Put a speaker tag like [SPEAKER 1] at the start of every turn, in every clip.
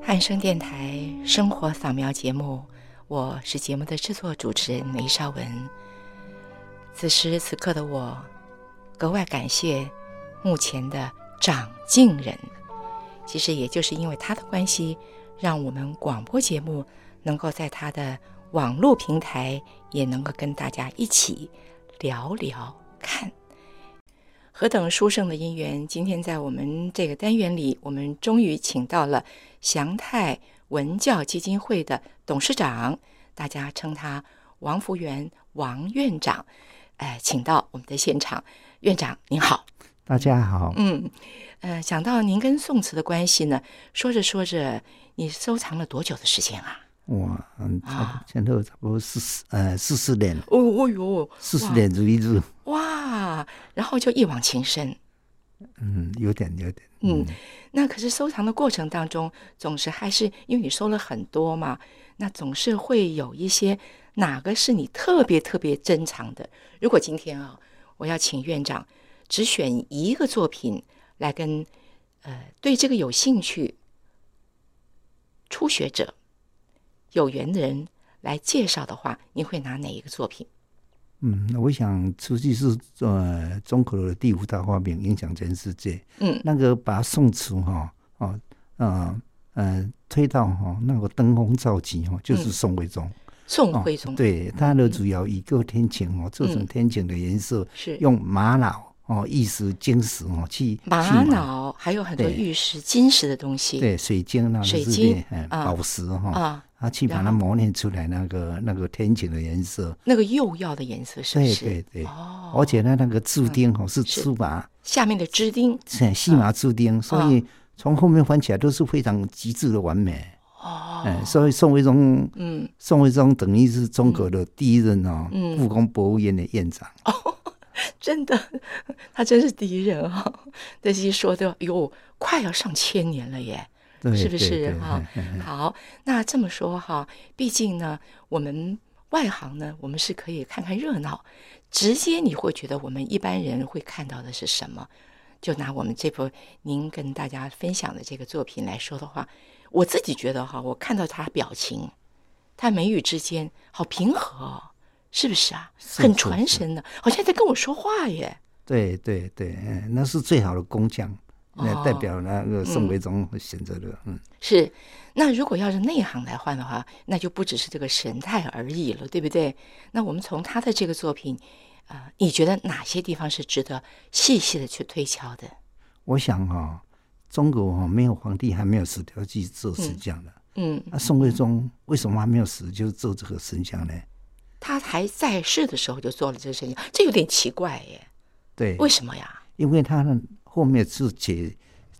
[SPEAKER 1] 汉声电台生活扫描节目，我是节目的制作主持人梅绍文。此时此刻的我，格外感谢目前的长进人。其实也就是因为他的关系，让我们广播节目能够在他的网络平台也能够跟大家一起聊聊看。何等殊胜的因缘！今天在我们这个单元里，我们终于请到了祥泰文教基金会的董事长，大家称他王福元王院长，哎、呃，请到我们的现场。院长您好，
[SPEAKER 2] 大家好。
[SPEAKER 1] 嗯，呃，想到您跟宋词的关系呢，说着说着，你收藏了多久的时间啊？
[SPEAKER 2] 哇，嗯，差不前头差不多四十呃四十年，
[SPEAKER 1] 哦哦哟，
[SPEAKER 2] 四十年如一日。
[SPEAKER 1] 哇，然后就一往情深。
[SPEAKER 2] 嗯，有点有点。
[SPEAKER 1] 嗯，那可是收藏的过程当中，总是还是因为你收了很多嘛，那总是会有一些哪个是你特别特别珍藏的。如果今天啊，我要请院长只选一个作品来跟呃对这个有兴趣初学者。有缘的人来介绍的话，你会拿哪一个作品？
[SPEAKER 2] 嗯，我想出去是呃，中国的第五大发明影响全世界。
[SPEAKER 1] 嗯，
[SPEAKER 2] 那个把宋词哈哦呃呃推到哈、哦、那个登峰造极哈，就是宋徽宗。
[SPEAKER 1] 嗯
[SPEAKER 2] 哦
[SPEAKER 1] 宋徽宗嗯
[SPEAKER 2] 对他的主要以构天晴哦，做成天晴的颜色，
[SPEAKER 1] 是
[SPEAKER 2] 用玛瑙哦、玉石、晶石哦去
[SPEAKER 1] 玛瑙，还有很多玉石、金石的东西。
[SPEAKER 2] 对，水晶那
[SPEAKER 1] 水晶
[SPEAKER 2] 哎宝石哈
[SPEAKER 1] 啊。
[SPEAKER 2] 他去把它磨练出来那个那个天井的颜色，
[SPEAKER 1] 那个釉药的颜色是嗯
[SPEAKER 2] 不是？对对对。哦。而且呢，那个支钉哦是芝麻
[SPEAKER 1] 下面的支钉，
[SPEAKER 2] 是细麻支
[SPEAKER 1] 啊
[SPEAKER 2] 钉，所以从后面翻起来都是非常极致的完美。
[SPEAKER 1] 哦。
[SPEAKER 2] 嗯，所以宋徽宗，
[SPEAKER 1] 嗯，
[SPEAKER 2] 宋徽宗等于是中国的第一任哦，故宫博物院的院长。
[SPEAKER 1] 哦，真的， 他真是第一任哈。 这一说的，哟，快要上千年了耶。是不是哈？好，那这么说哈，毕竟呢，我们外行呢，我们是可以看看热闹。直接你会觉得我们一般人会看到的是什么？就拿我们这部您跟大家分享的这个作品来说的话，我自己觉得哈，我看到他表情，他眉宇之间好平和、哦，是不是啊？很传神的、啊，好像在跟我说话耶。
[SPEAKER 2] 对对对，哎那是最好的工匠。
[SPEAKER 1] 哦
[SPEAKER 2] 那代表那个
[SPEAKER 1] 嗯
[SPEAKER 2] 宋徽宗选择的，嗯，
[SPEAKER 1] 是。那如果要是内行来换的话，那就不只是这个神态而已了，对不对？那我们从他的这个作品，啊、呃，你觉得哪些地方是值得细细的去推敲的？
[SPEAKER 2] 我想哈、哦，中国哈、哦、没有皇帝还没有死掉去做神像的，
[SPEAKER 1] 嗯，
[SPEAKER 2] 那、嗯啊、宋徽宗为什么还没有死就做这个神像呢？
[SPEAKER 1] 他还在世的时候就做了这个神像，这有点奇怪耶。
[SPEAKER 2] 对，
[SPEAKER 1] 为什么呀？
[SPEAKER 2] 因为他呢。后面是解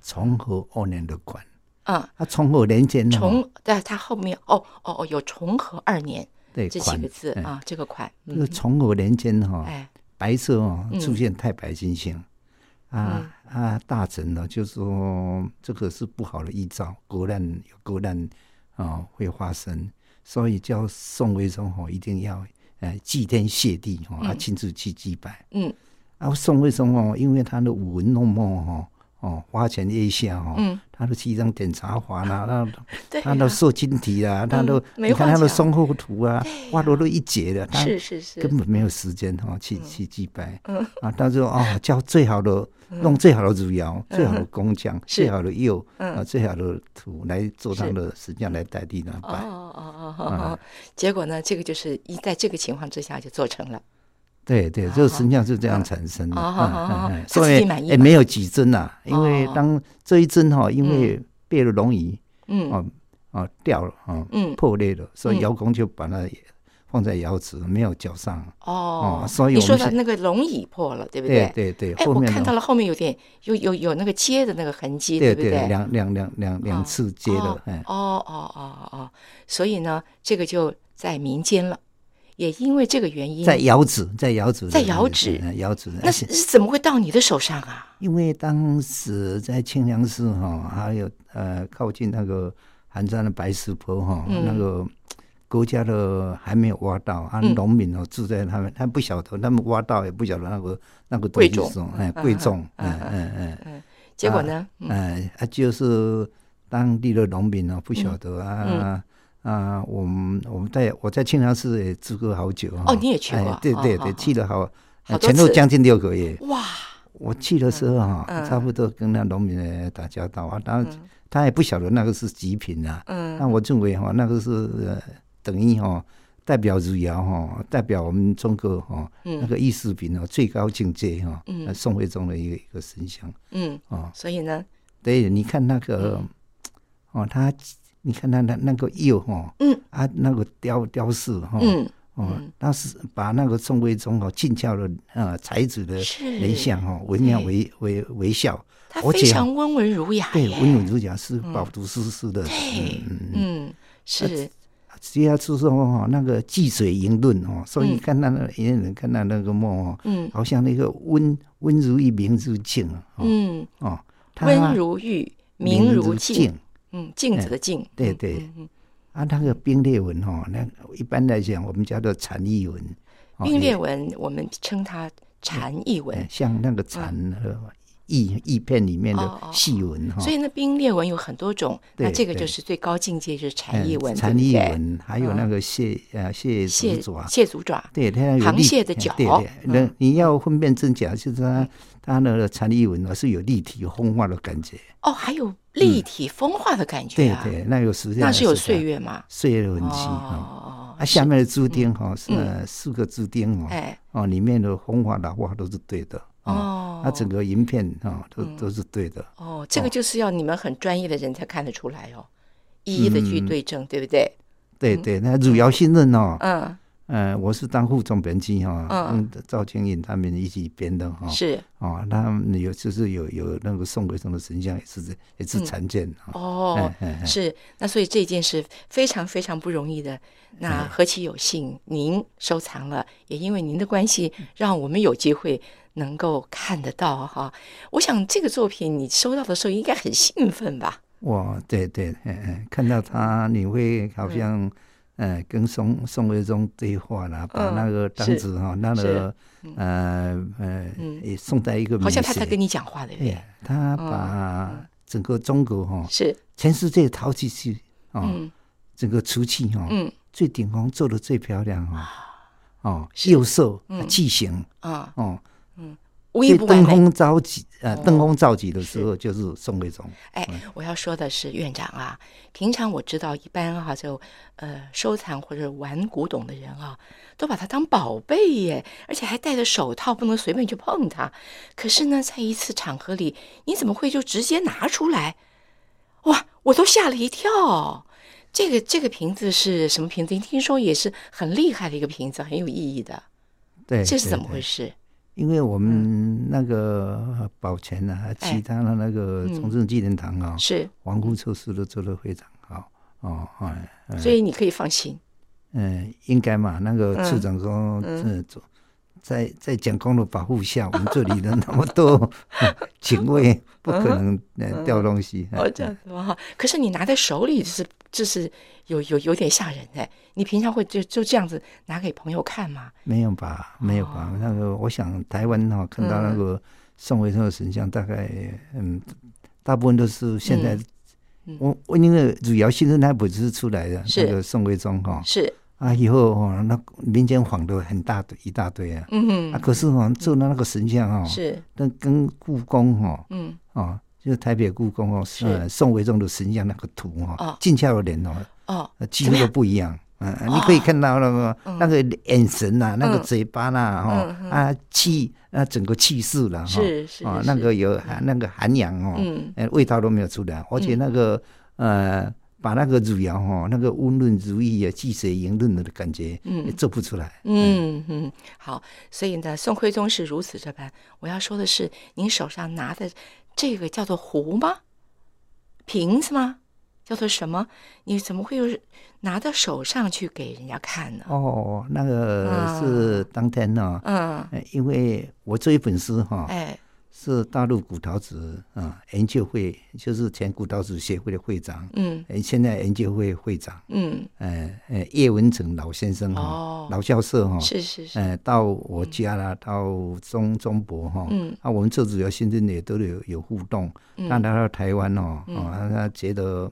[SPEAKER 2] 重合二年的款，
[SPEAKER 1] 嗯，
[SPEAKER 2] 它重合年间
[SPEAKER 1] 重，对，它后面哦哦哦有重合二年，
[SPEAKER 2] 对，
[SPEAKER 1] 这几个字啊，这个款，哎
[SPEAKER 2] 这个重合年间哈，白色哎嗯哦出现太白金星，啊啊大臣呢就说这个是不好的预兆，国难有国难啊会发生，所以叫宋徽宗哦一定要呃祭天谢地哦，他亲自去祭拜，
[SPEAKER 1] 嗯。
[SPEAKER 2] 啊，宋徽宗哦，因为他的舞文弄墨哦，哦，花前月下哦，
[SPEAKER 1] 嗯、
[SPEAKER 2] 他的西藏点茶环啊，
[SPEAKER 1] 他、
[SPEAKER 2] 啊、他的瘦金体啊，嗯、他的你看他的松后图啊，花朵都一截的，他
[SPEAKER 1] 是是是，
[SPEAKER 2] 根本没有时间哦去、嗯、去祭拜啊，他说 哦，叫最好的
[SPEAKER 1] 嗯
[SPEAKER 2] 弄最好的汝窑，最好的工匠，最好的釉
[SPEAKER 1] 嗯
[SPEAKER 2] 啊，最好的土来做他的石匠来代替他拜。
[SPEAKER 1] 哦哦哦哦，结果呢，这个就是一在这个情况之下就做成了。
[SPEAKER 2] 对对，
[SPEAKER 1] 哦
[SPEAKER 2] 这个神像是这样产生的，啊
[SPEAKER 1] 嗯，
[SPEAKER 2] 所以也没有几针呐，因
[SPEAKER 1] 哦
[SPEAKER 2] 为当这一针哈，因为被了龙椅，
[SPEAKER 1] 嗯，
[SPEAKER 2] 哦哦掉了，
[SPEAKER 1] 嗯，
[SPEAKER 2] 破裂了，所以姚公就把它放在瑶池，没有脚上。
[SPEAKER 1] 哦，
[SPEAKER 2] 所以
[SPEAKER 1] 你说的那个龙椅破了，对不对？
[SPEAKER 2] 对对对，
[SPEAKER 1] 哎，我看到了后面有点有有有那个接的那个痕迹，
[SPEAKER 2] 对
[SPEAKER 1] 不对？
[SPEAKER 2] 两两两两两次接的，哎，
[SPEAKER 1] 哦哦哦哦，所以呢，这个就在民间了。也因为这个原因，
[SPEAKER 2] 在窑址，在窑址，
[SPEAKER 1] 在窑址，
[SPEAKER 2] 窑址，
[SPEAKER 1] 那是怎么会到你的手上啊？
[SPEAKER 2] 因为当时在清凉寺哈，还有呃靠近那个寒山的白石坡哈，
[SPEAKER 1] 嗯
[SPEAKER 2] 那个国家的还没有挖到，啊，
[SPEAKER 1] 嗯
[SPEAKER 2] 农民哦住在他们，他不晓得，他们挖到也不晓得那个那个
[SPEAKER 1] 贵 重，啊
[SPEAKER 2] 哎，贵重，嗯嗯
[SPEAKER 1] 嗯，结果呢？
[SPEAKER 2] 啊哎，就是。当地的农民哦，不晓得
[SPEAKER 1] 嗯
[SPEAKER 2] 啊啊，我们我们在我在清凉市也住过好久
[SPEAKER 1] 哦，你也去过
[SPEAKER 2] 哎对对
[SPEAKER 1] 哦好
[SPEAKER 2] 对，去了好哎
[SPEAKER 1] 好多次
[SPEAKER 2] 前后将近六个月。
[SPEAKER 1] 哇，
[SPEAKER 2] 我去的时候哈
[SPEAKER 1] 嗯嗯，
[SPEAKER 2] 差不多跟那农民呃打交道啊，当然
[SPEAKER 1] 嗯
[SPEAKER 2] 他也不晓得那个是极品啊，那
[SPEAKER 1] 嗯
[SPEAKER 2] 我认为哈，那个是呃等于哈代表汝窑哈，代表我们中国哈那
[SPEAKER 1] 嗯
[SPEAKER 2] 个艺术品哦最高境界哈，
[SPEAKER 1] 嗯
[SPEAKER 2] 呃宋徽宗的一个一个神像
[SPEAKER 1] 嗯，
[SPEAKER 2] 哦。
[SPEAKER 1] 所以呢，
[SPEAKER 2] 对，你看那个
[SPEAKER 1] 嗯
[SPEAKER 2] 哦，他你看他那那个釉哈，
[SPEAKER 1] 嗯
[SPEAKER 2] 啊那个雕雕饰哈，
[SPEAKER 1] 嗯
[SPEAKER 2] 哦
[SPEAKER 1] 嗯，
[SPEAKER 2] 那是把那个宋徽宗哦晋教的呃才子的
[SPEAKER 1] 是
[SPEAKER 2] 人像哦纹样
[SPEAKER 1] 对
[SPEAKER 2] 为为为笑，
[SPEAKER 1] 他
[SPEAKER 2] 我
[SPEAKER 1] 非
[SPEAKER 2] 姐
[SPEAKER 1] 常温文儒雅
[SPEAKER 2] 对
[SPEAKER 1] 耶，
[SPEAKER 2] 文武儒雅是饱读诗书的，
[SPEAKER 1] 对，嗯
[SPEAKER 2] 呃
[SPEAKER 1] 是，
[SPEAKER 2] 只啊要是说哦，那个济水盈润哦，所以看到那也能看到那个梦哦，
[SPEAKER 1] 嗯
[SPEAKER 2] 好像那个温温如玉，明如镜啊，哦
[SPEAKER 1] 嗯，
[SPEAKER 2] 哦，它
[SPEAKER 1] 温如玉，明如镜，
[SPEAKER 2] 镜，哎
[SPEAKER 1] 嗯，镜子的镜，
[SPEAKER 2] 对
[SPEAKER 1] 嗯
[SPEAKER 2] 对
[SPEAKER 1] 嗯
[SPEAKER 2] 啊，那个冰裂纹哦，那一般来讲我们叫做蝉翼纹，哦
[SPEAKER 1] 并列
[SPEAKER 2] 也
[SPEAKER 1] 文我们称它禅意文
[SPEAKER 2] 哎，像那个蝉和翼翼片里面
[SPEAKER 1] 哦哦
[SPEAKER 2] 的细纹哈，
[SPEAKER 1] 所以呢，并列文有很多种，那
[SPEAKER 2] 啊对
[SPEAKER 1] 这个就
[SPEAKER 2] 对
[SPEAKER 1] 是最高境界，就是禅意文，
[SPEAKER 2] 哎蝉翼
[SPEAKER 1] 对不对
[SPEAKER 2] 纹，还有那个蟹呃蟹足
[SPEAKER 1] 蟹
[SPEAKER 2] 爪，
[SPEAKER 1] 蟹足爪，
[SPEAKER 2] 对，它有
[SPEAKER 1] 螃
[SPEAKER 2] 立
[SPEAKER 1] 蟹的
[SPEAKER 2] 哎
[SPEAKER 1] 脚嗯
[SPEAKER 2] 对对，那你要分辨真假，就是它它的禅意纹哦是有立体有风化的感觉，
[SPEAKER 1] 哦，还有立体风化的感觉
[SPEAKER 2] 对
[SPEAKER 1] 啊，
[SPEAKER 2] 嗯对，那有时间
[SPEAKER 1] 那是有
[SPEAKER 2] 它
[SPEAKER 1] 岁月嘛，
[SPEAKER 2] 岁月的痕迹哈。
[SPEAKER 1] 哦，嗯
[SPEAKER 2] 啊，下面的珠钉哈是呃四个珠钉哦，
[SPEAKER 1] 哎，
[SPEAKER 2] 哦里面的风化老化都是对的哦，
[SPEAKER 1] 哦，
[SPEAKER 2] 那整个银片哈都
[SPEAKER 1] 嗯
[SPEAKER 2] 都是对的，
[SPEAKER 1] 哦，这个就是要你们很专业的人才看得出来哦，一一的
[SPEAKER 2] 嗯
[SPEAKER 1] 去对症，对不对？
[SPEAKER 2] 对对。那汝窑新任哦，
[SPEAKER 1] 嗯，
[SPEAKER 2] 呃，我是当副总编辑哈，
[SPEAKER 1] 嗯
[SPEAKER 2] 跟赵清颖他们一起编的哈。
[SPEAKER 1] 是
[SPEAKER 2] 哦，他们有就是有有那个宋徽宗的神像也是也是常见哈。
[SPEAKER 1] 哦
[SPEAKER 2] 哎，哎哎
[SPEAKER 1] 是那所以这件事非常非常不容易的，
[SPEAKER 2] 哎
[SPEAKER 1] 那何其有幸您收藏了，也因为您的关系，让我们有机会能够看得到哈。我想这个作品你收到的时候应该很兴奋吧？
[SPEAKER 2] 哇，对对，嗯嗯，看到他你会好像，呃，跟宋宋徽宗对话啦，把
[SPEAKER 1] 嗯嗯
[SPEAKER 2] 那个当
[SPEAKER 1] 是
[SPEAKER 2] 时哈那个呃呃
[SPEAKER 1] 嗯
[SPEAKER 2] 也宋代一个
[SPEAKER 1] 好
[SPEAKER 2] 名
[SPEAKER 1] 像他在
[SPEAKER 2] 学
[SPEAKER 1] 跟，嗯你讲话，对不
[SPEAKER 2] 对
[SPEAKER 1] 对？，
[SPEAKER 2] 他把整个中国哦哈，
[SPEAKER 1] 是，
[SPEAKER 2] 全世界淘气去哦，
[SPEAKER 1] 嗯
[SPEAKER 2] 整个瓷器哈，
[SPEAKER 1] 嗯啊
[SPEAKER 2] 最顶峰做的最漂亮哈，哦，又瘦
[SPEAKER 1] 嗯
[SPEAKER 2] 器型
[SPEAKER 1] 啊，
[SPEAKER 2] 哦，
[SPEAKER 1] 无一
[SPEAKER 2] 对
[SPEAKER 1] 不完
[SPEAKER 2] 登
[SPEAKER 1] 美。
[SPEAKER 2] 峰造极呃登峰造极的
[SPEAKER 1] 是
[SPEAKER 2] 时候就是宋徽宗，
[SPEAKER 1] 哎，我要说的是，院长啊，平常我知道一般哈、就呃收藏或者玩古董的人啊，都把它当宝贝耶，而且还戴着手套，不能随便去碰它。可是呢，在一次场合里，你怎么会就直接拿出来？哇，我都吓了一跳。这个这个瓶子是什么瓶子？听说也是很厉害的一个瓶子，很有意义的。
[SPEAKER 2] 对，
[SPEAKER 1] 这是
[SPEAKER 2] 对
[SPEAKER 1] 怎么
[SPEAKER 2] 对
[SPEAKER 1] 回事？嗯
[SPEAKER 2] 因为我们那个保全啊，
[SPEAKER 1] 哎嗯
[SPEAKER 2] 其他的那个中正纪念堂啊、
[SPEAKER 1] 是，
[SPEAKER 2] 防护措施都做得非常好哦，哎，
[SPEAKER 1] 所以你可以放心。
[SPEAKER 2] 嗯、应该嘛。那个处
[SPEAKER 1] 嗯
[SPEAKER 2] 长说，
[SPEAKER 1] 嗯
[SPEAKER 2] 这、做在在蒋公的保护下，我们这里人那么 多警卫，不可能呃掉东西。
[SPEAKER 1] 嗯哦，这样子吗？哈可是你拿在手里、就是，就是有有有点吓人哎。你平常会就就这样子拿给朋友看吗？
[SPEAKER 2] 没有吧？
[SPEAKER 1] 哦
[SPEAKER 2] 没有吧？那个，我想台湾哈、看到那
[SPEAKER 1] 嗯
[SPEAKER 2] 个宋徽宗的神像，大概嗯，大部分都是现在。
[SPEAKER 1] 嗯
[SPEAKER 2] 我我那个汝窑新生他不是出来的
[SPEAKER 1] 是
[SPEAKER 2] 那个宋徽宗哈
[SPEAKER 1] 是，
[SPEAKER 2] 啊，以后哦，那民间仿的很大堆一大堆啊，
[SPEAKER 1] 嗯
[SPEAKER 2] 啊，可是哦，做那个神像哦，
[SPEAKER 1] 是，
[SPEAKER 2] 那跟故宫哦，
[SPEAKER 1] 嗯，
[SPEAKER 2] 哦，就是台北故宫哦，是
[SPEAKER 1] 是
[SPEAKER 2] 呃宋徽宗的神像那个图
[SPEAKER 1] 哦
[SPEAKER 2] 哦，近下的脸哦，
[SPEAKER 1] 哦，
[SPEAKER 2] 呃几乎都不一样。嗯，你可以看到那个、那个眼神
[SPEAKER 1] 嗯
[SPEAKER 2] 呐、那个嘴巴啦、哦，啊气啊，整个气势啦，哈
[SPEAKER 1] 是是
[SPEAKER 2] 啊，
[SPEAKER 1] 是
[SPEAKER 2] 那个有含那个涵养哦，
[SPEAKER 1] 嗯
[SPEAKER 2] 呃，味道都没有出来，而且那个、呃，把那个汝窑哈，那个温润如玉啊，济水盈润的感觉，嗯，做不出来。
[SPEAKER 1] 嗯嗯，好。所以呢，宋徽宗是如此这般。我要说的是，您手上拿的这个叫做壶吗？瓶子吗？叫做什么？你怎么会有拿到手上去给人家看呢？
[SPEAKER 2] 哦，那个
[SPEAKER 1] 啊
[SPEAKER 2] 是当天呢、
[SPEAKER 1] 嗯，
[SPEAKER 2] 呃因为我这一本书哈、
[SPEAKER 1] 哎，
[SPEAKER 2] 是大陆骨陶瓷啊研究会，就是前骨陶瓷协会的会长，
[SPEAKER 1] 嗯
[SPEAKER 2] 哎，现在研究会会长，
[SPEAKER 1] 嗯，
[SPEAKER 2] 呃呃，叶文成老先生哈、
[SPEAKER 1] 哦
[SPEAKER 2] 老教授哈、
[SPEAKER 1] 是是是，
[SPEAKER 2] 呃，到我家啦，到中中博哈、
[SPEAKER 1] 嗯
[SPEAKER 2] 啊，我们最主要现在也都有有互动。
[SPEAKER 1] 嗯
[SPEAKER 2] 他来到台湾哦，哦，他他觉得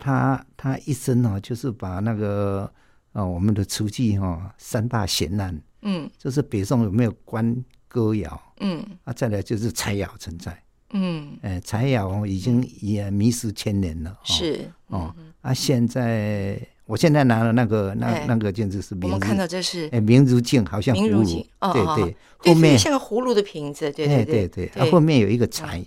[SPEAKER 2] 他他一生哦，就是把那个呃我们的厨技哈三大险难，
[SPEAKER 1] 嗯
[SPEAKER 2] 就是北宋有没有官歌谣
[SPEAKER 1] 嗯
[SPEAKER 2] 啊，再来就是柴窑存在，
[SPEAKER 1] 嗯，
[SPEAKER 2] 呃，柴窑哦已经也迷失千年了，哦、
[SPEAKER 1] 是，嗯
[SPEAKER 2] 哦啊，现在我现在拿了那个那
[SPEAKER 1] 哎
[SPEAKER 2] 那个简直是
[SPEAKER 1] 我
[SPEAKER 2] 明
[SPEAKER 1] 们看
[SPEAKER 2] 如
[SPEAKER 1] 到这是
[SPEAKER 2] 哎明如镜，好像
[SPEAKER 1] 明
[SPEAKER 2] 葫
[SPEAKER 1] 如
[SPEAKER 2] 芦
[SPEAKER 1] 镜哦哦
[SPEAKER 2] 对
[SPEAKER 1] 哦
[SPEAKER 2] 对，
[SPEAKER 1] 对，
[SPEAKER 2] 后
[SPEAKER 1] 是
[SPEAKER 2] 面
[SPEAKER 1] 像个葫芦的瓶子，对对
[SPEAKER 2] 哎
[SPEAKER 1] 哦嗯
[SPEAKER 2] 对对，啊后面有一个柴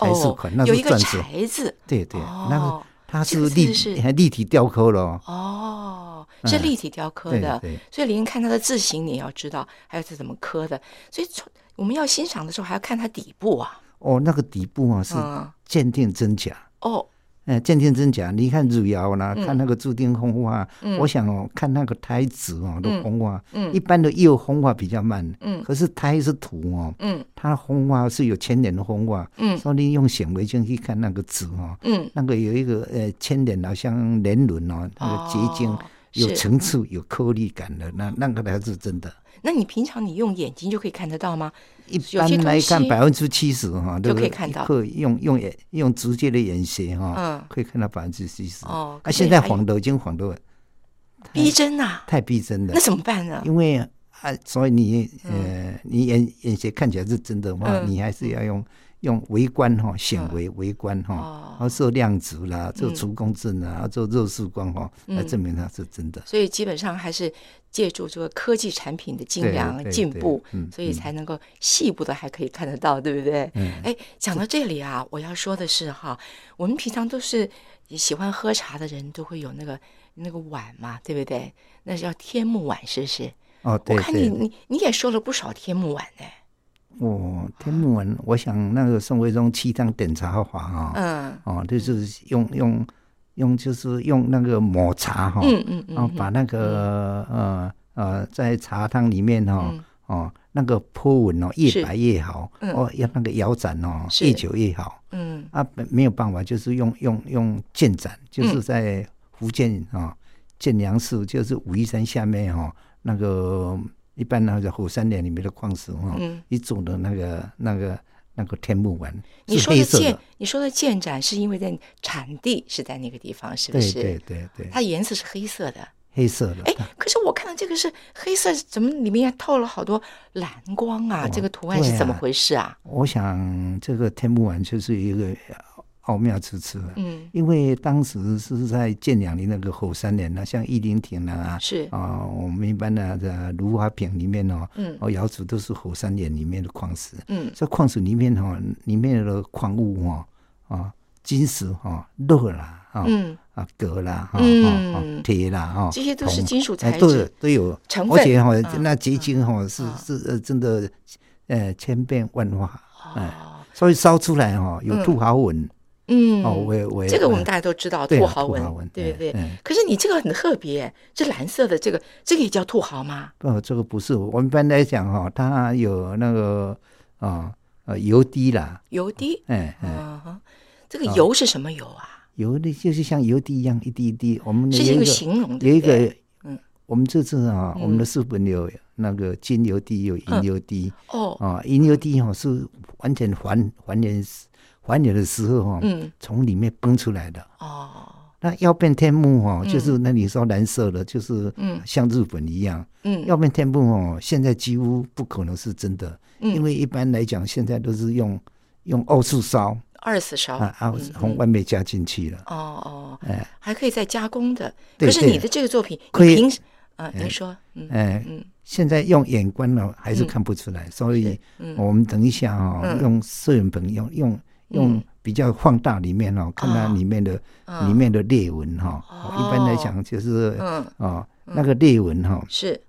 [SPEAKER 2] 柴字款，那
[SPEAKER 1] 有
[SPEAKER 2] 是
[SPEAKER 1] 一个
[SPEAKER 2] 钻石。
[SPEAKER 1] 柴字，
[SPEAKER 2] 对对，那个
[SPEAKER 1] 哦
[SPEAKER 2] 它
[SPEAKER 1] 这个
[SPEAKER 2] 是
[SPEAKER 1] 字
[SPEAKER 2] 立
[SPEAKER 1] 是
[SPEAKER 2] 还立体雕刻了哦，
[SPEAKER 1] 哦，是
[SPEAKER 2] 嗯
[SPEAKER 1] 立体雕刻
[SPEAKER 2] 对
[SPEAKER 1] 的，
[SPEAKER 2] 对
[SPEAKER 1] 所以您看它的字形，你也要知道，还有是怎么刻的。所以从我们要欣赏的时候，还要看它底部啊。
[SPEAKER 2] 哦，那个底部啊是
[SPEAKER 1] 嗯，
[SPEAKER 2] 鉴定真假，
[SPEAKER 1] 哦，
[SPEAKER 2] 嗯，鉴定真假。你看汝窑啦，看那个注定风化
[SPEAKER 1] 嗯，
[SPEAKER 2] 我想哦，看那个胎子哦
[SPEAKER 1] 嗯
[SPEAKER 2] 的风化，
[SPEAKER 1] 嗯
[SPEAKER 2] 一般的釉风化比较慢，
[SPEAKER 1] 嗯
[SPEAKER 2] 可是胎是土哦，
[SPEAKER 1] 嗯
[SPEAKER 2] 它风化是有千年的风化，
[SPEAKER 1] 嗯
[SPEAKER 2] 所以你用显微镜去看那个纸哦，
[SPEAKER 1] 嗯，
[SPEAKER 2] 那个有一个呃千年好像年轮哦，那个结晶
[SPEAKER 1] 哦
[SPEAKER 2] 有
[SPEAKER 1] 是
[SPEAKER 2] 层次、有颗粒感的，那那个才是真的。
[SPEAKER 1] 那你平常你用眼睛就可以看得到吗？
[SPEAKER 2] 一
[SPEAKER 1] 有些
[SPEAKER 2] 般来
[SPEAKER 1] 东
[SPEAKER 2] 看，
[SPEAKER 1] 西
[SPEAKER 2] 百分之七十哈，
[SPEAKER 1] 就
[SPEAKER 2] 都
[SPEAKER 1] 可以看到
[SPEAKER 2] 可以用用眼用直接的眼神哈，
[SPEAKER 1] 嗯
[SPEAKER 2] 可以看到百分之七十。
[SPEAKER 1] 哦可
[SPEAKER 2] 啊，
[SPEAKER 1] 是
[SPEAKER 2] 现在
[SPEAKER 1] 还有
[SPEAKER 2] 晃头已经晃得
[SPEAKER 1] 逼真呐、
[SPEAKER 2] 太逼真了
[SPEAKER 1] 那，怎么办呢？
[SPEAKER 2] 因为啊，所以你呃，你眼眼神看起来是真的话，
[SPEAKER 1] 嗯
[SPEAKER 2] 你还是要用用微观哈，显微微观
[SPEAKER 1] 哦嗯
[SPEAKER 2] 哈，然后做量子啦，做除光阵啦，啊做弱视光哈，来证明它是真的。
[SPEAKER 1] 所以基本上还是借助这个科技产品的精
[SPEAKER 2] 对
[SPEAKER 1] 良
[SPEAKER 2] 对
[SPEAKER 1] 进
[SPEAKER 2] 对
[SPEAKER 1] 步，
[SPEAKER 2] 嗯
[SPEAKER 1] 所以才能够细部的还可以看得到，对不对？
[SPEAKER 2] 嗯
[SPEAKER 1] 哎，讲到这里啊，我要说的是哈，我们平常都是喜欢喝茶的人都会有那个那个碗嘛，对不对？那是叫天目碗，是不是？
[SPEAKER 2] 哦，对
[SPEAKER 1] 我看你
[SPEAKER 2] 对。
[SPEAKER 1] 你你也说了不少天目碗呢、
[SPEAKER 2] 哦，天目文，我想那个宋徽宗七堂点茶法啊，
[SPEAKER 1] 嗯
[SPEAKER 2] 哦，就是用用用，就是用那个抹茶哈、
[SPEAKER 1] 嗯嗯嗯嗯
[SPEAKER 2] 然后把那个、呃呃在茶汤里面哈、哦那个波纹哦
[SPEAKER 1] 是
[SPEAKER 2] 越白越好，
[SPEAKER 1] 嗯
[SPEAKER 2] 哦要那个摇盏哦
[SPEAKER 1] 是
[SPEAKER 2] 越久越好
[SPEAKER 1] 嗯
[SPEAKER 2] 啊，没没有办法，就是用用用建盏，
[SPEAKER 1] 嗯
[SPEAKER 2] 就是在福建啊、哦、建阳市，就是武夷山下面哈、哦、那个一般那个火山岩里面的矿石哈、哦，
[SPEAKER 1] 嗯。
[SPEAKER 2] 一种的那个那个那个天目丸
[SPEAKER 1] 你
[SPEAKER 2] 是
[SPEAKER 1] 说
[SPEAKER 2] 黑
[SPEAKER 1] 的
[SPEAKER 2] 色
[SPEAKER 1] 建
[SPEAKER 2] 的，，
[SPEAKER 1] 你说的建盏是因为在产地是在那个地方，是不
[SPEAKER 2] 对
[SPEAKER 1] 是？
[SPEAKER 2] 对对对，
[SPEAKER 1] 它颜色是黑色的。
[SPEAKER 2] 黑色的。
[SPEAKER 1] 哎，可是我看到这个是黑色，怎么里面还透了好多蓝光啊？这个图案
[SPEAKER 2] 对
[SPEAKER 1] 是怎么
[SPEAKER 2] 啊
[SPEAKER 1] 回事啊？
[SPEAKER 2] 我想这个天目丸就是一个呃奥妙之处了，
[SPEAKER 1] 嗯，
[SPEAKER 2] 因为当时是在建阳的那个火山岩啊，像玉林亭啊，
[SPEAKER 1] 嗯是，
[SPEAKER 2] 啊、我们一般的这芦花坪里面哦，
[SPEAKER 1] 嗯
[SPEAKER 2] 哦，窑址都是火山岩里面的矿石，
[SPEAKER 1] 嗯
[SPEAKER 2] 在矿石里面哦，里面的矿物哦，啊，金石哦，热啦，啊、
[SPEAKER 1] 嗯，
[SPEAKER 2] 啊，镉啦，啊
[SPEAKER 1] 嗯
[SPEAKER 2] 啊啊铁啦，哈，
[SPEAKER 1] 这些都是
[SPEAKER 2] 铜
[SPEAKER 1] 金属
[SPEAKER 2] 哎，
[SPEAKER 1] 材
[SPEAKER 2] 都有
[SPEAKER 1] 质。
[SPEAKER 2] 都有
[SPEAKER 1] 成
[SPEAKER 2] 而且哈、
[SPEAKER 1] 分嗯
[SPEAKER 2] 那结晶哈、是
[SPEAKER 1] 嗯
[SPEAKER 2] 是呃真的，呃千变万化，哎，
[SPEAKER 1] 哦，
[SPEAKER 2] 所以烧出来哈、有兔毫纹、
[SPEAKER 1] 嗯，
[SPEAKER 2] 哦，我也我也
[SPEAKER 1] 这个我们
[SPEAKER 2] 哎
[SPEAKER 1] 大家都知道，
[SPEAKER 2] 对啊
[SPEAKER 1] 兔毫
[SPEAKER 2] 兔毫
[SPEAKER 1] 纹
[SPEAKER 2] 纹，
[SPEAKER 1] 对不
[SPEAKER 2] 哎
[SPEAKER 1] 对
[SPEAKER 2] 哎？
[SPEAKER 1] 可是你这个很特别，这蓝色的这个，这个也叫兔毫吗？
[SPEAKER 2] 不这个不是，我们一般来讲哈、它有那个啊呃油滴啦，
[SPEAKER 1] 油滴，
[SPEAKER 2] 哎哦哎
[SPEAKER 1] 嗯哼，这个油是什么油啊？
[SPEAKER 2] 油的就是像油滴一样一滴一滴，我们
[SPEAKER 1] 是
[SPEAKER 2] 嗯有
[SPEAKER 1] 一
[SPEAKER 2] 一
[SPEAKER 1] 个
[SPEAKER 2] 个
[SPEAKER 1] 形容，
[SPEAKER 2] 有
[SPEAKER 1] 对
[SPEAKER 2] 一
[SPEAKER 1] 不对？
[SPEAKER 2] 个
[SPEAKER 1] 嗯
[SPEAKER 2] 我们这次啊，
[SPEAKER 1] 嗯
[SPEAKER 2] 我们的四本有那个金油滴，有银油滴。
[SPEAKER 1] 哦，
[SPEAKER 2] 啊，银油滴哈、是完全还还原还原的时候哈、
[SPEAKER 1] 嗯，
[SPEAKER 2] 从里面崩出来的。
[SPEAKER 1] 哦，
[SPEAKER 2] 那要变天幕哦，
[SPEAKER 1] 嗯
[SPEAKER 2] 就是那你说蓝色的，就是
[SPEAKER 1] 嗯
[SPEAKER 2] 像日本一样，
[SPEAKER 1] 嗯，
[SPEAKER 2] 要变天幕哦，现在几乎不可能是真的，
[SPEAKER 1] 嗯
[SPEAKER 2] 因为一般来讲现在都是用用二次烧
[SPEAKER 1] 二次烧，
[SPEAKER 2] 啊啊
[SPEAKER 1] 嗯，
[SPEAKER 2] 从外面加进去了。
[SPEAKER 1] 哦哦
[SPEAKER 2] 哎，
[SPEAKER 1] 还可以再加工的。
[SPEAKER 2] 对
[SPEAKER 1] 可是
[SPEAKER 2] 对
[SPEAKER 1] 你的这个作品，
[SPEAKER 2] 可
[SPEAKER 1] 你
[SPEAKER 2] 以
[SPEAKER 1] 平时，啊，您说，嗯
[SPEAKER 2] 哎，
[SPEAKER 1] 嗯
[SPEAKER 2] 现在用眼观呢还是看不出来，所以我们等一下哦，
[SPEAKER 1] 嗯
[SPEAKER 2] 用摄影棚用用用比较放大里面哦，看它里面的、里面的裂纹哈、
[SPEAKER 1] 嗯哦
[SPEAKER 2] 一般来讲就是
[SPEAKER 1] 嗯，
[SPEAKER 2] 哦，那个裂纹哈、
[SPEAKER 1] 是，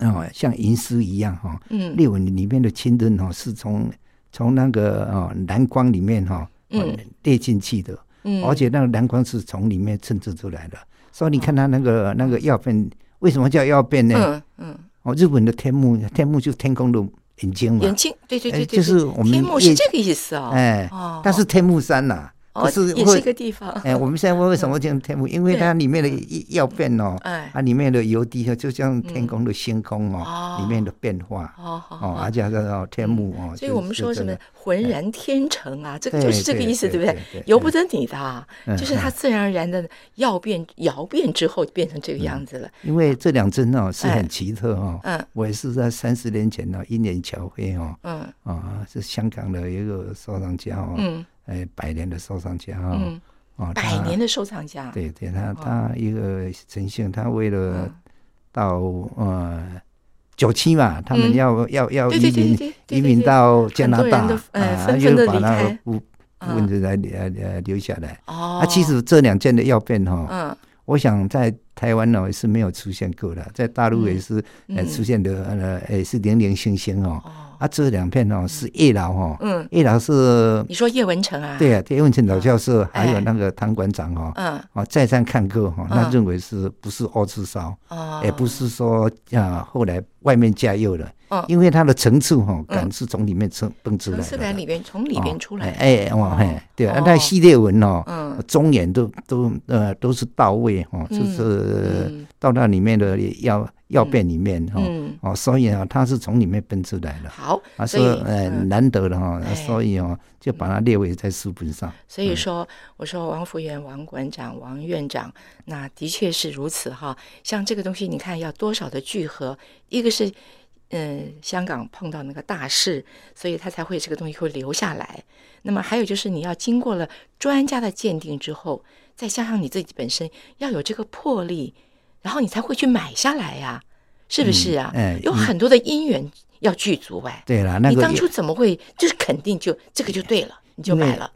[SPEAKER 2] 哦，像银丝一样哈、哦
[SPEAKER 1] 嗯
[SPEAKER 2] 裂纹里面的浸润哈，是从从那个哦蓝光里面哈、
[SPEAKER 1] 嗯
[SPEAKER 2] 哦裂进去的，
[SPEAKER 1] 嗯，
[SPEAKER 2] 而且那个蓝光是从里面衬出出来的，所以你看它那个、那
[SPEAKER 1] 嗯
[SPEAKER 2] 个药片，为什么叫药片呢？
[SPEAKER 1] 嗯嗯
[SPEAKER 2] 哦，日本的天幕，天幕就天空的眼睛嘛，哎
[SPEAKER 1] 眼睛，对对对对，
[SPEAKER 2] 就是我们
[SPEAKER 1] 天幕是这个意思哦。
[SPEAKER 2] 哎
[SPEAKER 1] 哦，
[SPEAKER 2] 但是天目山呐、
[SPEAKER 1] 哦，
[SPEAKER 2] 可是
[SPEAKER 1] 也
[SPEAKER 2] 会
[SPEAKER 1] 是一个嗯地方。
[SPEAKER 2] 哎，我们现在为什么叫天幕？因为它里面的药变哦，
[SPEAKER 1] 哎
[SPEAKER 2] 它里面的油滴哦，就像天空的星空哦
[SPEAKER 1] 哦，
[SPEAKER 2] 里面的变化
[SPEAKER 1] 哦好
[SPEAKER 2] 哦，而且叫天幕哦，
[SPEAKER 1] 所以
[SPEAKER 2] 就哎
[SPEAKER 1] 我们说什么？浑然天成啊，这个
[SPEAKER 2] 对
[SPEAKER 1] 就是这个意思，
[SPEAKER 2] 对
[SPEAKER 1] 对不
[SPEAKER 2] 对对对
[SPEAKER 1] 由不得你的啊，
[SPEAKER 2] 嗯
[SPEAKER 1] 就是它自然而然的要变摇变之后变成这个样子了。
[SPEAKER 2] 因为这两针哦是
[SPEAKER 1] 哎
[SPEAKER 2] 很奇特哦，
[SPEAKER 1] 嗯
[SPEAKER 2] 我也是在三十年前哦，因缘巧会哦，
[SPEAKER 1] 嗯
[SPEAKER 2] 啊，是香港的一个收藏家哦，
[SPEAKER 1] 嗯
[SPEAKER 2] 哎，百年的收藏家哦
[SPEAKER 1] 嗯，，
[SPEAKER 2] 哦，
[SPEAKER 1] 百
[SPEAKER 2] 他
[SPEAKER 1] 年的收藏家，
[SPEAKER 2] 对对，他他一个陈姓，他为了
[SPEAKER 1] 嗯
[SPEAKER 2] 到呃九七嘛，他们
[SPEAKER 1] 嗯
[SPEAKER 2] 要要要
[SPEAKER 1] 对
[SPEAKER 2] 移
[SPEAKER 1] 对对对
[SPEAKER 2] 民
[SPEAKER 1] 对
[SPEAKER 2] 移
[SPEAKER 1] 对
[SPEAKER 2] 民
[SPEAKER 1] 对
[SPEAKER 2] 到加拿
[SPEAKER 1] 很多
[SPEAKER 2] 大
[SPEAKER 1] 人都，呃
[SPEAKER 2] 啊，
[SPEAKER 1] 纷
[SPEAKER 2] 就
[SPEAKER 1] 纷地
[SPEAKER 2] 把
[SPEAKER 1] 离
[SPEAKER 2] 那个
[SPEAKER 1] 开嗯
[SPEAKER 2] 部部分人来来来留下来。
[SPEAKER 1] 哦，
[SPEAKER 2] 啊，其实这两件的药变哈，
[SPEAKER 1] 嗯
[SPEAKER 2] 我想在台湾呢是没有出现过的，在大陆也是呃
[SPEAKER 1] 嗯
[SPEAKER 2] 出现的呃也是零零星星哦。
[SPEAKER 1] 哦
[SPEAKER 2] 啊，这两片哦是叶老哦，
[SPEAKER 1] 嗯，
[SPEAKER 2] 叶老是
[SPEAKER 1] 你说叶文成啊？
[SPEAKER 2] 对啊，叶问清老教授还有
[SPEAKER 1] 哎
[SPEAKER 2] 那个汤馆长哦，
[SPEAKER 1] 嗯
[SPEAKER 2] 哦，再三看过哈，那
[SPEAKER 1] 嗯
[SPEAKER 2] 认为是不是二次烧，
[SPEAKER 1] 哦，
[SPEAKER 2] 也哎不是说啊后来外面加油了
[SPEAKER 1] 嗯，
[SPEAKER 2] 因为它的层次哈，感是从里面层蹦出来
[SPEAKER 1] 从
[SPEAKER 2] 的，
[SPEAKER 1] 四感里边从里边出
[SPEAKER 2] 哦
[SPEAKER 1] 来，
[SPEAKER 2] 哎，哎哇嘿
[SPEAKER 1] 哦，
[SPEAKER 2] 对啊
[SPEAKER 1] 哦，
[SPEAKER 2] 那系列文哦，
[SPEAKER 1] 嗯
[SPEAKER 2] 中眼都都呃都是到位哦，就
[SPEAKER 1] 嗯
[SPEAKER 2] 是
[SPEAKER 1] 嗯
[SPEAKER 2] 到那里面的药药变里面哈，
[SPEAKER 1] 嗯，
[SPEAKER 2] 哦，所以啊，它是从里面蹦出来的。
[SPEAKER 1] 好
[SPEAKER 2] 啊，，
[SPEAKER 1] 所
[SPEAKER 2] 是
[SPEAKER 1] 以
[SPEAKER 2] 呃
[SPEAKER 1] 嗯
[SPEAKER 2] 难得的哈，
[SPEAKER 1] 哎
[SPEAKER 2] 所以哦，就把它列为在书本上。
[SPEAKER 1] 所以说，我说王福元、王馆长、王院长，那的确是如此哈。像这个东西，你看要多少的聚合，一个是，嗯，香港碰到那个大事，所以他才会这个东西会留下来。那么还有就是，你要经过了专家的鉴定之后，再加上你自己本身要有这个魄力，然后你才会去买下来呀、是不是啊？
[SPEAKER 2] 嗯哎
[SPEAKER 1] 有
[SPEAKER 2] 你
[SPEAKER 1] 很多的因缘要具足哎。
[SPEAKER 2] 对啦，那个
[SPEAKER 1] 你当
[SPEAKER 2] 也
[SPEAKER 1] 初怎么会就是肯定就这个就对了，你就
[SPEAKER 2] 因为
[SPEAKER 1] 买了。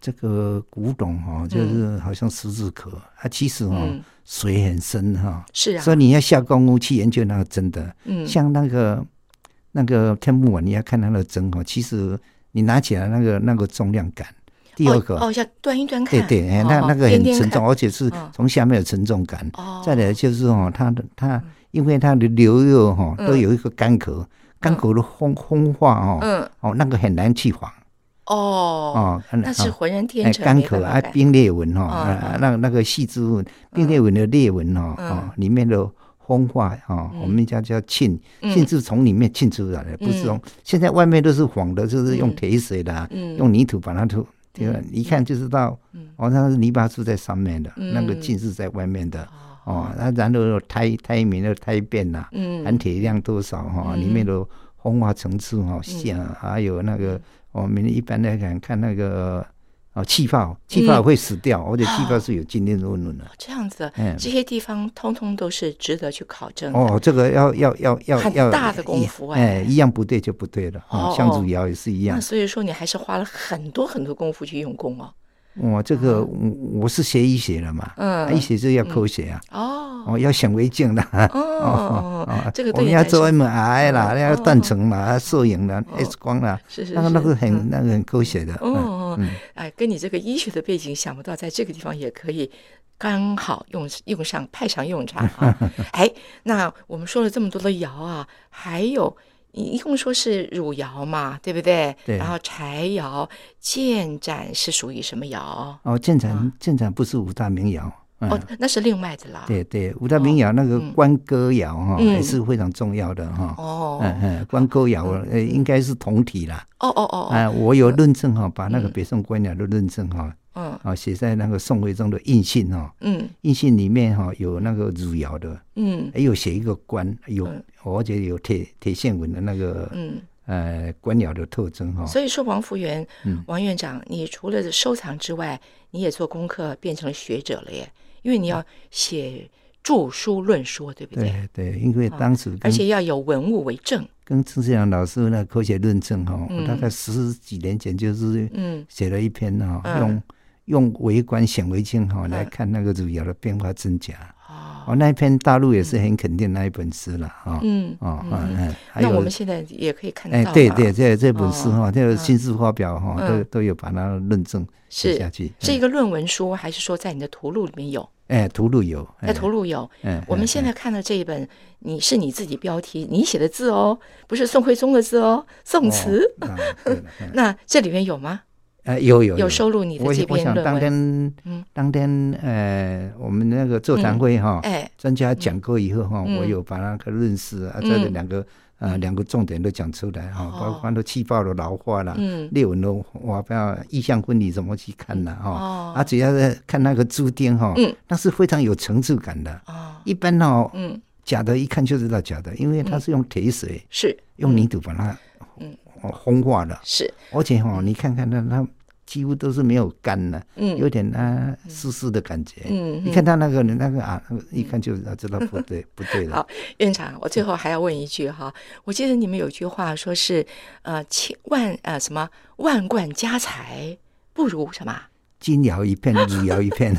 [SPEAKER 2] 这个古董哦，就是好像十字壳，它其实哦、
[SPEAKER 1] 嗯
[SPEAKER 2] 水很深哈、
[SPEAKER 1] 是啊，
[SPEAKER 2] 所以你要下功夫去研究那个真的。
[SPEAKER 1] 嗯
[SPEAKER 2] 像那个那个天目碗，你要看它的针哦，其实你拿起来那个那个重量感。第二个，
[SPEAKER 1] 哦，哦要端一端看，
[SPEAKER 2] 对对，哎
[SPEAKER 1] 哦
[SPEAKER 2] 那
[SPEAKER 1] 哦
[SPEAKER 2] 那个很
[SPEAKER 1] 掂掂
[SPEAKER 2] 沉
[SPEAKER 1] 看
[SPEAKER 2] 重，而且是
[SPEAKER 1] 嗯
[SPEAKER 2] 从下面有沉重感。
[SPEAKER 1] 哦，
[SPEAKER 2] 再来就是哦，它的它因为它的牛肉哈、
[SPEAKER 1] 嗯
[SPEAKER 2] 都有一个干壳，干壳的风风化哦，
[SPEAKER 1] 嗯
[SPEAKER 2] 哦那个很难去仿
[SPEAKER 1] 哦，
[SPEAKER 2] 哦，
[SPEAKER 1] 那是浑然天
[SPEAKER 2] 哎，
[SPEAKER 1] 成，
[SPEAKER 2] 干
[SPEAKER 1] 没
[SPEAKER 2] 口
[SPEAKER 1] 办法
[SPEAKER 2] 啊，
[SPEAKER 1] 改
[SPEAKER 2] 冰裂纹哦，
[SPEAKER 1] 嗯
[SPEAKER 2] 啊那那个细枝纹，冰裂纹的裂纹哦，
[SPEAKER 1] 嗯
[SPEAKER 2] 哦，里面的风化哦，我们叫叫沁，
[SPEAKER 1] 嗯
[SPEAKER 2] 沁是从里面沁出来的，不是从现在外面都是仿的，就是用铁水啦，
[SPEAKER 1] 嗯
[SPEAKER 2] 用泥土把它涂，对吧？一看就知道，哦，它是泥巴是在上面的，
[SPEAKER 1] 嗯
[SPEAKER 2] 那个沁是在外面的，哦，那然后胎胎棉的胎变呐，
[SPEAKER 1] 嗯
[SPEAKER 2] 含铁量多少哈，里面的风化层次哈，
[SPEAKER 1] 嗯
[SPEAKER 2] 像还有那个我们一般来讲看那个哦气
[SPEAKER 1] 嗯
[SPEAKER 2] 泡，气泡会死掉，而且
[SPEAKER 1] 啊
[SPEAKER 2] 气泡是有经验论论的。
[SPEAKER 1] 这样子
[SPEAKER 2] 嗯，
[SPEAKER 1] 这些地方通通都是值得去考证的。
[SPEAKER 2] 哦，这个要要要要
[SPEAKER 1] 很
[SPEAKER 2] 要
[SPEAKER 1] 大的功夫哎
[SPEAKER 2] 哎，一样不对就不对了。哦
[SPEAKER 1] 哦，
[SPEAKER 2] 像汝窑也是一样
[SPEAKER 1] 那。所以说你还是花了很多很多功夫去用功哦。
[SPEAKER 2] 我这个我我是学医学的嘛，
[SPEAKER 1] 嗯
[SPEAKER 2] 医学就要科学啊，
[SPEAKER 1] 哦
[SPEAKER 2] 哎哦，要显微镜的。
[SPEAKER 1] 哦，哦这个
[SPEAKER 2] 我
[SPEAKER 1] 对哦
[SPEAKER 2] 们
[SPEAKER 1] 你
[SPEAKER 2] 要
[SPEAKER 1] 来说
[SPEAKER 2] 做 MRI 啦，要断层啦、摄影啦、X
[SPEAKER 1] 哦
[SPEAKER 2] 光啦，
[SPEAKER 1] 是是
[SPEAKER 2] 那个那个
[SPEAKER 1] 是嗯
[SPEAKER 2] 很那个很科学的。嗯
[SPEAKER 1] 哦，哎，跟你这个医学的背景，想不到在这个地方也可以刚好用用上派上用场 啊！哎，那我们说了这么多的窑啊，还有一一共说是汝窑嘛，对不对？
[SPEAKER 2] 对
[SPEAKER 1] 然后柴窑、建盏是属于什么窑？
[SPEAKER 2] 哦，建盏建盏不是五大名窑，嗯，
[SPEAKER 1] 哦，那是另外的啦。，
[SPEAKER 2] 对对，五大名窑那个关歌窑哈、
[SPEAKER 1] 哦嗯
[SPEAKER 2] 也是非常重要的哈、
[SPEAKER 1] 哦，
[SPEAKER 2] 嗯嗯，关歌窑呃应该是同体啦。
[SPEAKER 1] 哦哦哦，嗯
[SPEAKER 2] 啊，我有论证哈、把那个北宋官窑的论证哈、
[SPEAKER 1] 哦，
[SPEAKER 2] 啊写在那个宋徽宗的印信哈、
[SPEAKER 1] 嗯
[SPEAKER 2] 印信里面哈、有那个汝窑的，
[SPEAKER 1] 嗯
[SPEAKER 2] 也有写一个官，有
[SPEAKER 1] 嗯
[SPEAKER 2] 而且有铁铁线纹的那个
[SPEAKER 1] 嗯
[SPEAKER 2] 呃官窑的特征哈、
[SPEAKER 1] 嗯。所以说，王福元、
[SPEAKER 2] 嗯
[SPEAKER 1] 王院长，你除了收藏之外，你也做功课，变成了学者了耶，因为你要写著书论说，对不对？
[SPEAKER 2] 对对，因为当时
[SPEAKER 1] 啊而
[SPEAKER 2] 跟
[SPEAKER 1] 且要有文物为证。
[SPEAKER 2] 跟郑世阳老师那科学论证哈、我大概十几年前就是
[SPEAKER 1] 嗯
[SPEAKER 2] 写了一篇哦哈、
[SPEAKER 1] 嗯
[SPEAKER 2] 哦用用微观显微镜哈、来看那个汝窑的变化真假。
[SPEAKER 1] 哦，
[SPEAKER 2] 哦，那一篇大陆也是很肯定那一本诗了啊。
[SPEAKER 1] 嗯
[SPEAKER 2] 哦，
[SPEAKER 1] 嗯
[SPEAKER 2] 嗯，还
[SPEAKER 1] 那我
[SPEAKER 2] 有
[SPEAKER 1] 们现在也可以看
[SPEAKER 2] 哎
[SPEAKER 1] 到，，啊
[SPEAKER 2] 对对，，这这本诗哈，这个
[SPEAKER 1] 嗯
[SPEAKER 2] 新式发表哈，都
[SPEAKER 1] 嗯
[SPEAKER 2] 都有把它论证写下
[SPEAKER 1] 是
[SPEAKER 2] 去。
[SPEAKER 1] 是一个论文书，还是说在你的图录里面有？
[SPEAKER 2] 哎，图录有，
[SPEAKER 1] 在图录有。
[SPEAKER 2] 哎，
[SPEAKER 1] 我们现在看的这一本，你是你自己标题，你写的字哦，不是宋徽宗的字哦，宋词。
[SPEAKER 2] 哎，哎啊对了嗯
[SPEAKER 1] 那这里面有吗？
[SPEAKER 2] 哎，有有
[SPEAKER 1] 有收录你的
[SPEAKER 2] 我
[SPEAKER 1] 这
[SPEAKER 2] 我
[SPEAKER 1] 篇
[SPEAKER 2] 想当
[SPEAKER 1] 论文？
[SPEAKER 2] 天
[SPEAKER 1] 嗯，
[SPEAKER 2] 当天呃，我们那个座谈会哦哈，
[SPEAKER 1] 哎，
[SPEAKER 2] 专家讲过以后哈，
[SPEAKER 1] 嗯
[SPEAKER 2] 我有把那个认识啊，
[SPEAKER 1] 嗯
[SPEAKER 2] 这个两个啊两个重点都讲出来哈，
[SPEAKER 1] 哦
[SPEAKER 2] 包括都气泡的老化啦，
[SPEAKER 1] 嗯，
[SPEAKER 2] 列文的我不要意向婚礼怎么去看呢哈，
[SPEAKER 1] 哦，
[SPEAKER 2] 啊，只要是看那个朱钉哈
[SPEAKER 1] 嗯，
[SPEAKER 2] 那是非常有层次感的。
[SPEAKER 1] 哦，
[SPEAKER 2] 一般哦，
[SPEAKER 1] 嗯，
[SPEAKER 2] 假的一看就知道假的，因为它是用铁水、
[SPEAKER 1] 是
[SPEAKER 2] 用泥土把它
[SPEAKER 1] 嗯
[SPEAKER 2] 哦烘化的，
[SPEAKER 1] 是，
[SPEAKER 2] 而且哈，你看看它它几乎都是没有干的，
[SPEAKER 1] 嗯
[SPEAKER 2] 有点啊湿湿的感觉。
[SPEAKER 1] 嗯，
[SPEAKER 2] 你看他那个那个啊，那个一看就知道不对不对了
[SPEAKER 1] 好。院长，我最后还要问一句哈，我记得你们有句话说是，呃，千万呃什么万贯家财不如什么？
[SPEAKER 2] 金摇一片，雨摇一片。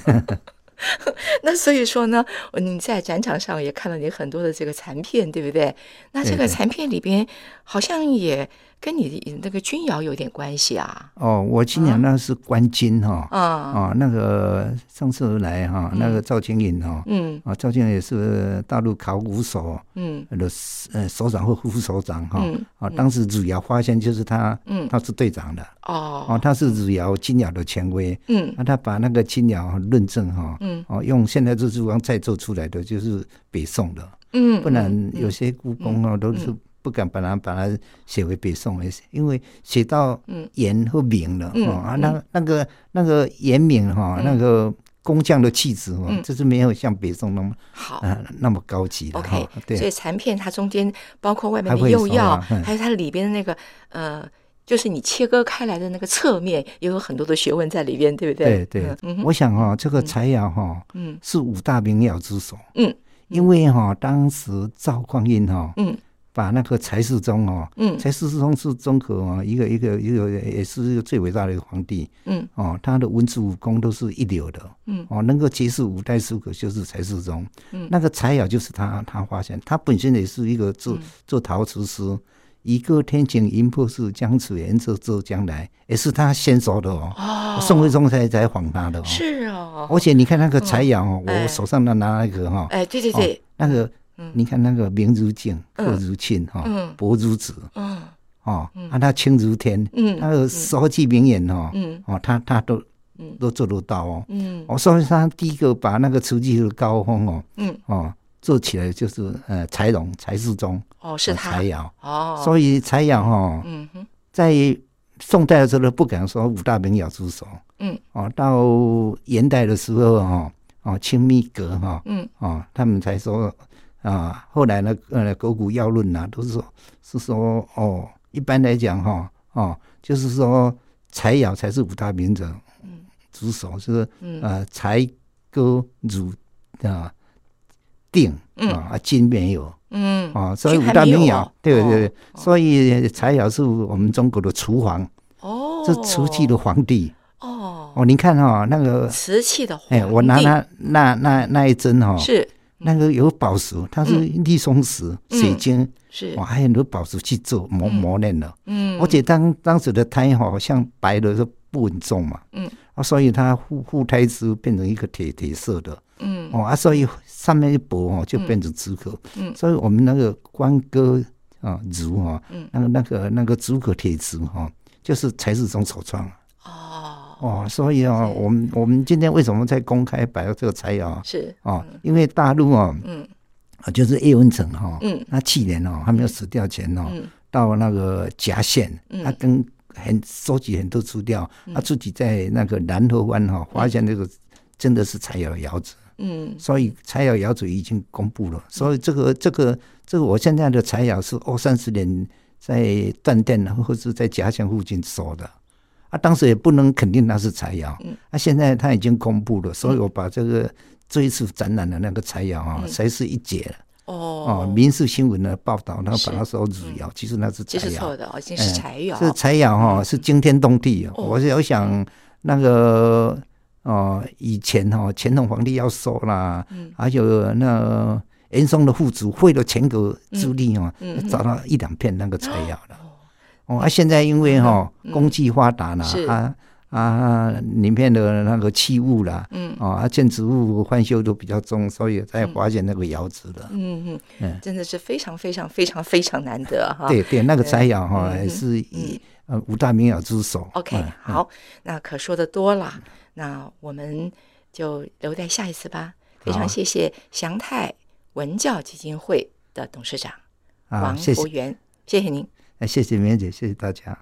[SPEAKER 1] 那所以说呢，你在展场上也看到你很多的这个残片，对不对？那这
[SPEAKER 2] 对
[SPEAKER 1] 个
[SPEAKER 2] 对
[SPEAKER 1] 残片里边好像也跟你的那个钧窑有点关系啊，
[SPEAKER 2] 哦，我今年那是观金哈
[SPEAKER 1] 啊，
[SPEAKER 2] 哦，那个上次来哈，那个赵青云哈
[SPEAKER 1] 嗯
[SPEAKER 2] 啊，赵青云也是大陆考古所
[SPEAKER 1] 嗯
[SPEAKER 2] 的呃首长或副首长哈
[SPEAKER 1] 嗯
[SPEAKER 2] 啊，当时汝窑发现就是他，
[SPEAKER 1] 嗯，
[SPEAKER 2] 他是队长的哦，
[SPEAKER 1] 哦，
[SPEAKER 2] 他是汝窑金窑的权威，
[SPEAKER 1] 嗯
[SPEAKER 2] 那他把那个金窑论证哈。
[SPEAKER 1] 嗯
[SPEAKER 2] 哦，用现在这地方再做出来的就是北宋的，
[SPEAKER 1] 嗯，
[SPEAKER 2] 不然有些故宫啊都是不敢把它把它写为北宋，因为写到
[SPEAKER 1] 嗯
[SPEAKER 2] 严和明了
[SPEAKER 1] 嗯
[SPEAKER 2] 哦啊，那那个那个严明哈，那个工匠的气质哦
[SPEAKER 1] 嗯，
[SPEAKER 2] 就是没有像北宋那么
[SPEAKER 1] 好。
[SPEAKER 2] 啊那么高级的
[SPEAKER 1] OK，
[SPEAKER 2] 哈，
[SPEAKER 1] 所以
[SPEAKER 2] 对，
[SPEAKER 1] 残片它中间包括外面
[SPEAKER 2] 还
[SPEAKER 1] 的
[SPEAKER 2] 会
[SPEAKER 1] 釉
[SPEAKER 2] 有手
[SPEAKER 1] 药，
[SPEAKER 2] 啊嗯
[SPEAKER 1] 还有它里边的那个呃，就是你切割开来的那个侧面，也有很多的学问在里边，对不对？
[SPEAKER 2] 对对
[SPEAKER 1] 嗯，哼
[SPEAKER 2] 我想哈，这个柴窑哈
[SPEAKER 1] 嗯
[SPEAKER 2] 是五大名窑之首，
[SPEAKER 1] 嗯，
[SPEAKER 2] 因为哈当时赵匡胤哈
[SPEAKER 1] 嗯
[SPEAKER 2] 把那个柴世宗哦。
[SPEAKER 1] 嗯
[SPEAKER 2] 柴世宗是中国啊，一个一个一个也是一个最伟大的皇帝
[SPEAKER 1] 嗯
[SPEAKER 2] 哦，他的文治武功都是一流的，
[SPEAKER 1] 嗯
[SPEAKER 2] 哦，能够结束五代十国就是柴世宗，
[SPEAKER 1] 嗯
[SPEAKER 2] 那个柴窑就是他他发现，他本身也是一个做、
[SPEAKER 1] 嗯
[SPEAKER 2] 做陶瓷师，一个天井银破是江楚沿着浙江来，也是他先说的哦，
[SPEAKER 1] 哦，
[SPEAKER 2] 宋徽宗才才仿他的哦，
[SPEAKER 1] 是哦，
[SPEAKER 2] 而且你看那个柴窑哦，
[SPEAKER 1] 哎
[SPEAKER 2] 我手上那拿那个哈、
[SPEAKER 1] 哎，对对
[SPEAKER 2] 哦
[SPEAKER 1] 对，
[SPEAKER 2] 那个你看那个明如镜，
[SPEAKER 1] 嗯
[SPEAKER 2] 厚如沁哈
[SPEAKER 1] 嗯，
[SPEAKER 2] 薄如纸。
[SPEAKER 1] 嗯
[SPEAKER 2] 哦，啊，他清如天，
[SPEAKER 1] 嗯
[SPEAKER 2] 那个手记名言哦，
[SPEAKER 1] 嗯
[SPEAKER 2] 哦，他他都
[SPEAKER 1] 嗯
[SPEAKER 2] 都做得到哦。
[SPEAKER 1] 嗯
[SPEAKER 2] 哦，所以他第一个把那个瓷器的高峰哦，
[SPEAKER 1] 嗯，
[SPEAKER 2] 哦，做起来就是呃柴荣、柴世宗、
[SPEAKER 1] 哦，
[SPEAKER 2] 呃
[SPEAKER 1] 是他
[SPEAKER 2] 柴窑，
[SPEAKER 1] 哦，
[SPEAKER 2] 所以柴窑哦，
[SPEAKER 1] 嗯哼
[SPEAKER 2] 在宋代的时候不敢说五大名窑之首，
[SPEAKER 1] 嗯，
[SPEAKER 2] 哦，到元代的时候哦，哦，清密阁哈、
[SPEAKER 1] 嗯
[SPEAKER 2] 哦，他们才说啊，后来呢，呃，狗骨要论啊，都是说是说哦，一般来讲哈，哦，就是说柴窑才是五大名者
[SPEAKER 1] 嗯
[SPEAKER 2] 之首，就是
[SPEAKER 1] 嗯
[SPEAKER 2] 呃柴戈汝啊定
[SPEAKER 1] 嗯
[SPEAKER 2] 啊啊金没有
[SPEAKER 1] 嗯，
[SPEAKER 2] 啊，所以
[SPEAKER 1] 金
[SPEAKER 2] 五
[SPEAKER 1] 还
[SPEAKER 2] 大
[SPEAKER 1] 没有
[SPEAKER 2] 名窑
[SPEAKER 1] 哦，
[SPEAKER 2] 对对
[SPEAKER 1] 哦
[SPEAKER 2] 对，所以柴窑是我们中国的厨皇，
[SPEAKER 1] 哦，
[SPEAKER 2] 是厨技的皇帝
[SPEAKER 1] 哦，
[SPEAKER 2] 哦。你看哈那个，
[SPEAKER 1] 瓷器的皇
[SPEAKER 2] 哎，我拿
[SPEAKER 1] 帝
[SPEAKER 2] 那那那那一针哈，
[SPEAKER 1] 是
[SPEAKER 2] 那个有宝石，它是绿松石、
[SPEAKER 1] 嗯
[SPEAKER 2] 水晶，
[SPEAKER 1] 是
[SPEAKER 2] 哇，还有很多宝石去做磨
[SPEAKER 1] 嗯
[SPEAKER 2] 磨练了。
[SPEAKER 1] 嗯，
[SPEAKER 2] 而且当当时的胎好像白的是不稳重嘛，
[SPEAKER 1] 嗯，
[SPEAKER 2] 啊，所以它护护胎之变成一个铁铁色的，
[SPEAKER 1] 嗯
[SPEAKER 2] 哦啊，所以上面一薄哦就变成纸壳，
[SPEAKER 1] 嗯
[SPEAKER 2] 所以我们那个关哥啊竹哈，
[SPEAKER 1] 嗯
[SPEAKER 2] 那个那个那个竹壳铁质哈，就是柴世宗首创。
[SPEAKER 1] 哦
[SPEAKER 2] 哦，所以啊、我们我们今天为什么在公开摆这个柴窑啊？
[SPEAKER 1] 是
[SPEAKER 2] 哦，因为大陆啊，
[SPEAKER 1] 嗯
[SPEAKER 2] 啊，就是叶文成哈、
[SPEAKER 1] 嗯
[SPEAKER 2] 他去年哦，还没有死掉前哦，
[SPEAKER 1] 嗯
[SPEAKER 2] 到那个夹县，
[SPEAKER 1] 嗯
[SPEAKER 2] 他跟很收集很多资料，他自己在那个南河湾哈、发现那个真的是柴窑窑址，
[SPEAKER 1] 嗯
[SPEAKER 2] 所以柴窑窑址已经公布了，所以这个这个这个我现在的柴窑是二三十年在断电啊或是在夹县附近收的。啊，当时也不能肯定那是柴窑，
[SPEAKER 1] 嗯
[SPEAKER 2] 啊，现在他已经公布了，所以我把这个这一次展览的那个柴窑啊，才是一节了。哦，
[SPEAKER 1] 哦，
[SPEAKER 2] 民事新闻的报道，他
[SPEAKER 1] 是
[SPEAKER 2] 把它说汝窑，其实那是
[SPEAKER 1] 这
[SPEAKER 2] 柴
[SPEAKER 1] 是
[SPEAKER 2] 窑
[SPEAKER 1] 错，的哦，已经是
[SPEAKER 2] 哎
[SPEAKER 1] 柴窑，
[SPEAKER 2] 啊这柴窑哈是惊天动地。
[SPEAKER 1] 哦
[SPEAKER 2] 我是我想那个哦，以前哦，乾隆皇帝要收啦，还有那严嵩的父子为了全国之力哦，找到一两片那个菜肴了。哦，啊，现在因为哈工具发达了啊啊，里面的那个器物啦，嗯，哦，啊，建筑物翻修都比较重，所以才发现那个窑子了。
[SPEAKER 1] 嗯嗯，真的是非常非常非常非常难得 哈。
[SPEAKER 2] 对对，那个菜肴哈是以呃五大名窑之首。嗯
[SPEAKER 1] OK，好，那可说的多了，那我们就留待下一次吧。非常谢谢祥泰文教基金
[SPEAKER 2] 啊
[SPEAKER 1] 啊会的董事长王福元，谢谢您。
[SPEAKER 2] 谢谢梅姐，谢谢大家。